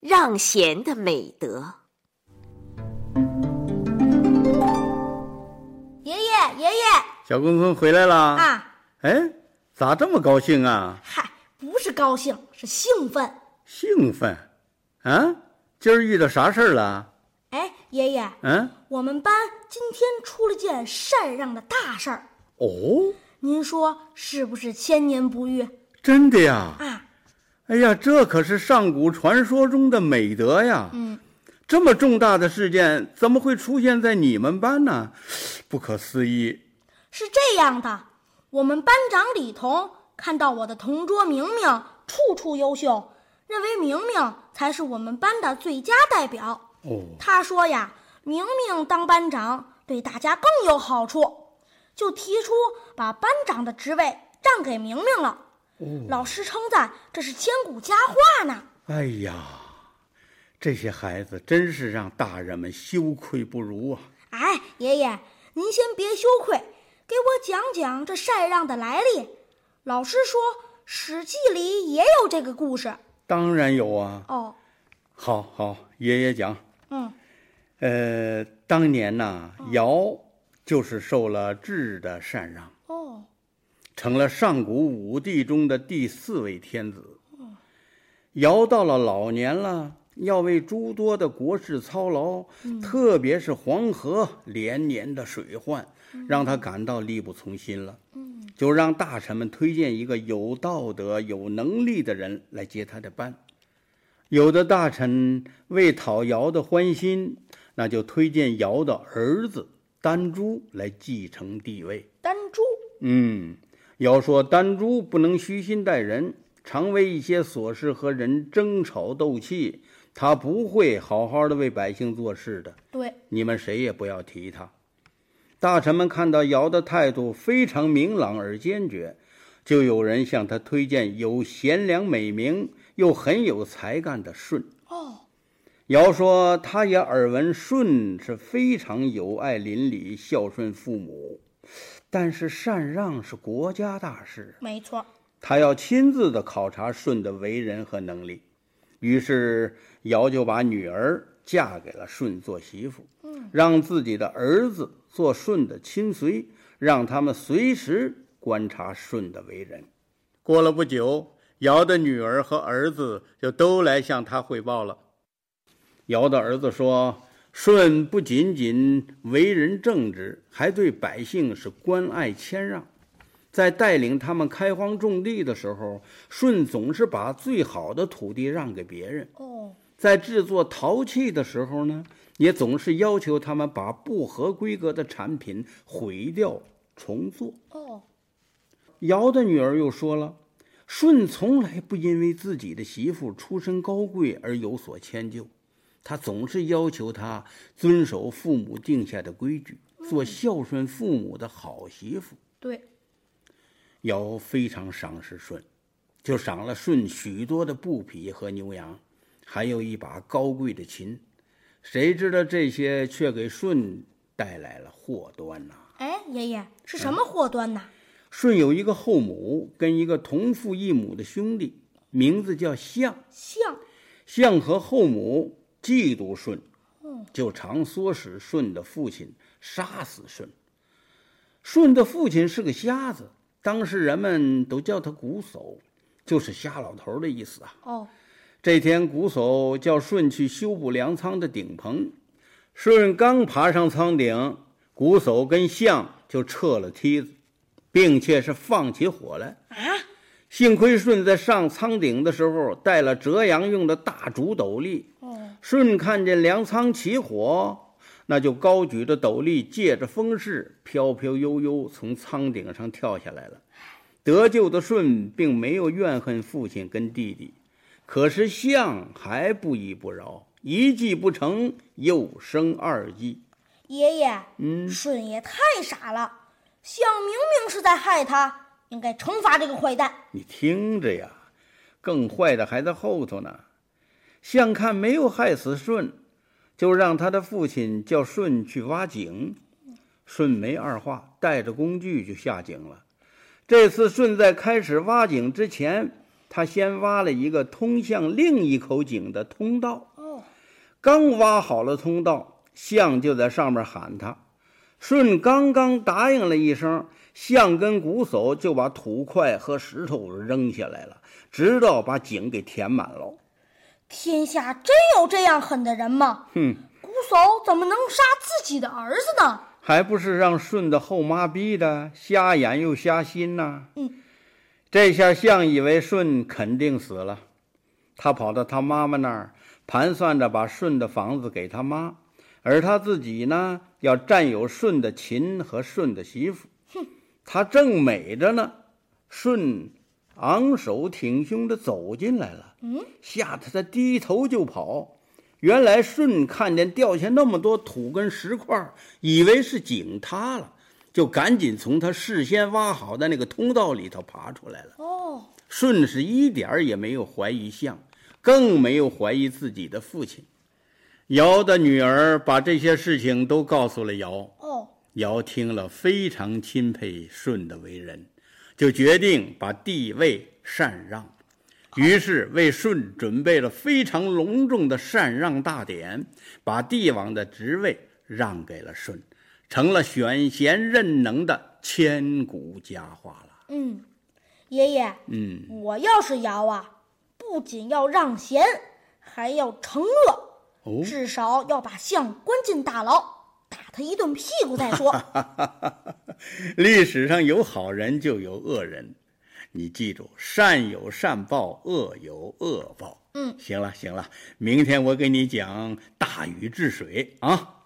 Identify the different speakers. Speaker 1: 让贤的美德。
Speaker 2: 爷爷，爷爷
Speaker 3: 小坤坤回来啦！，
Speaker 2: 啊，
Speaker 3: 哎，咋这么高兴啊？
Speaker 2: 嗨，不是高兴，是兴奋。
Speaker 3: 兴奋，啊，今儿遇到啥事儿了？
Speaker 2: 哎，爷爷，
Speaker 3: 嗯、
Speaker 2: 我们班今天出了件禅让的大事儿，
Speaker 3: 哦，
Speaker 2: 您说是不是千年不遇
Speaker 3: 真的呀！
Speaker 2: 啊？
Speaker 3: 哎呀，这可是上古传说中的美德呀！
Speaker 2: 嗯，
Speaker 3: 这么重大的事件怎么会出现在你们班呢？不可思议！
Speaker 2: 是这样的，我们班长李彤看到我的同桌明明处处优秀，认为明明才是我们班的最佳代表。
Speaker 3: 哦，
Speaker 2: 他说呀，明明当班长对大家更有好处，就提出把班长的职位让给明明了。老师称赞这是千古佳话呢。
Speaker 3: 哎呀，这些孩子真是让大人们羞愧不如啊！
Speaker 2: 哎，爷爷，您先别羞愧，给我讲讲这禅让的来历。老师说，《史记》里也有这个故事
Speaker 3: 当然有啊。
Speaker 2: 哦。
Speaker 3: 好好，爷爷讲。
Speaker 2: 嗯，
Speaker 3: 呃，当年呐、尧就是受了智的禅让，
Speaker 2: 哦，
Speaker 3: 成了上古五帝中的第四位天子。尧到了老年了，要为诸多的国事操劳，特别是黄河连年的水患，让他感到力不从心了。就让大臣们推荐一个有道德、有能力的人来接他的班。有的大臣为讨尧的欢心，那就推荐尧的儿子丹朱来继承帝位。
Speaker 2: 丹珠，
Speaker 3: 嗯，要说丹朱不能虚心待人，常为一些琐事和人争吵斗气，他不会好好的为百姓做事的。
Speaker 2: 对，
Speaker 3: 你们谁也不要提他。大臣们看到尧的态度非常明朗而坚决，就有人向他推荐有贤良美名又很有才干的舜。
Speaker 2: 哦，
Speaker 3: 尧说，他也耳闻舜是非常友爱邻里、孝顺父母，但是禅让是国家大事，
Speaker 2: 没错，
Speaker 3: 他要亲自的考察舜的为人和能力。于是尧就把女儿嫁给了舜做媳妇，让自己的儿子做舜的亲随，让他们随时观察舜的为人。过了不久，尧的女儿和儿子就都来向他汇报了。尧的儿子说：“舜不仅仅为人正直，还对百姓是关爱谦让。在带领他们开荒种地的时候，舜总是把最好的土地让给别人；
Speaker 2: 哦，
Speaker 3: 在制作陶器的时候呢，也总是要求他们把不合规格的产品毁掉重做。
Speaker 2: 哦，
Speaker 3: 尧的女儿又说了：“舜从来不因为自己的媳妇出身高贵而有所迁就，他总是要求她遵守父母定下的规矩，做孝顺父母的好媳妇。
Speaker 2: 对，
Speaker 3: 尧非常赏识舜，就赏了舜许多的布匹和牛羊，还有一把高贵的琴。谁知道这些却给舜带来了祸端呐、
Speaker 2: 哎，爷爷是什么祸端呐？
Speaker 3: 舜有一个后母跟一个同父异母的兄弟，名字叫象。
Speaker 2: 像，
Speaker 3: 象和后母嫉妒舜
Speaker 2: 嗯，
Speaker 3: 就常唆使舜的父亲杀死舜。舜的父亲是个瞎子，当时人们都叫他瞽叟，就是瞎老头儿的意思啊。
Speaker 2: 哦，
Speaker 3: 这天，瞽叟叫舜去修补粮仓的顶棚，舜刚爬上仓顶，瞽叟跟象就撤了梯子，并且是放起火来。
Speaker 2: 啊，
Speaker 3: 幸亏舜在上仓顶的时候带了折阳用的大竹斗笠，
Speaker 2: 哦，
Speaker 3: 舜看见粮仓起火，那就高举着斗笠，借着风势，飘飘悠悠从仓顶上跳下来了。得救的舜并没有怨恨父亲跟弟弟，可是象还不依不饶，一计不成又生二计。
Speaker 2: 爷爷，嗯，舜也太傻了，像明明是在害他，应该惩罚这个坏蛋。
Speaker 3: 你听着呀，更坏的还在后头呢。相看没有害死舜，就让他的父亲叫舜去挖井。舜没二话，带着工具就下井了。这次舜在开始挖井之前，他先挖了一个通向另一口井的通道。
Speaker 2: 哦，
Speaker 3: 刚挖好了通道，象就在上面喊他。舜刚刚答应了一声，象跟瞽叟就把土块和石头扔下来了，直到把井给填满了。
Speaker 2: 天下真有这样狠的人吗？
Speaker 3: 哼，
Speaker 2: 瞽叟怎么能杀自己的儿子呢？
Speaker 3: 还不是让舜的后妈逼的，瞎眼又瞎心呐、
Speaker 2: 嗯，
Speaker 3: 这下象以为舜肯定死了，他跑到他妈妈那儿，盘算着把舜的房子给他妈，而他自己呢，要占有舜的琴和舜的媳妇。他正美着呢，舜昂首挺胸的走进来了，
Speaker 2: 嗯，
Speaker 3: 吓得他低头就跑。原来舜看见掉下那么多土跟石块儿，以为是井塌了，就赶紧从他事先挖好的那个通道里头爬出来了。
Speaker 2: 哦，
Speaker 3: 舜是一点儿也没有怀疑象，更没有怀疑自己的父亲。尧的女儿把这些事情都告诉了尧，
Speaker 2: 哦，
Speaker 3: 尧听了非常钦佩舜的为人，就决定把地位禅让，于是为舜准备了非常隆重的禅让大典，把帝王的职位让给了舜，成了选贤任能的千古佳话了。
Speaker 2: 嗯，爷爷，
Speaker 3: 嗯，
Speaker 2: 我要是尧啊，不仅要让贤，还要惩恶，
Speaker 3: 哦。
Speaker 2: 至少要把象关进大牢，打他一顿屁股再 说。
Speaker 3: 历史上有好人就有恶人，你记住，善有善报，恶有恶报。
Speaker 2: 嗯，
Speaker 3: 行了行了，明天我给你讲大禹治水啊。